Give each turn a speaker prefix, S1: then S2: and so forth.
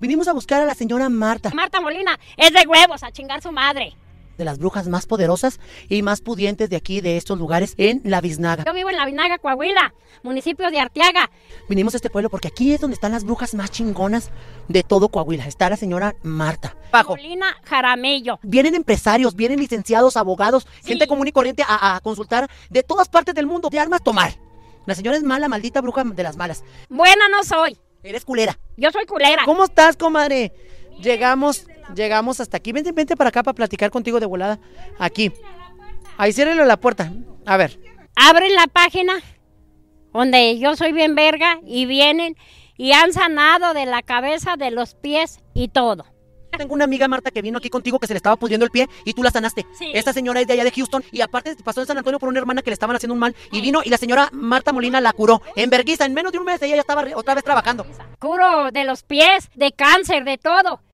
S1: Vinimos a buscar a la señora Marta,
S2: Marta Molina es de huevos a chingar su madre.
S1: de las brujas más poderosas y más pudientes de aquí, de estos lugares, en La Biznaga.
S2: Yo vivo en La Vinaga, Coahuila, municipio de Arteaga.
S1: Vinimos a este pueblo porque aquí es donde están las brujas más chingonas de todo Coahuila. Está la señora Marta. Bajo.
S2: Molina Jaramillo.
S1: Vienen empresarios, vienen licenciados, abogados, gente común y corriente a, a consultar de todas partes del mundo. De armas tomar. La señora es mala, maldita bruja de las malas.
S2: Buena no soy.
S1: Eres culera.
S2: Yo soy culera.
S1: ¿Cómo estás, comadre? Llegamos, llegamos hasta aquí. Vente, vente para acá para platicar contigo de volada. Aquí. Ahí ciérrele la puerta. A ver.
S2: Abren la página donde yo soy bien verga y vienen y han sanado de la cabeza, de los pies y todo.
S1: Tengo una amiga Marta que vino aquí contigo que se le estaba pudriendo el pie y tú la sanaste.
S2: Sí.
S1: Esta señora es de allá de Houston y aparte pasó en San Antonio por una hermana que le estaban haciendo un mal y vino y la señora Marta Molina la curó. En Berguiza, en menos de un mes ella ya estaba re- otra vez trabajando.
S2: Curo de los pies, de cáncer, de todo.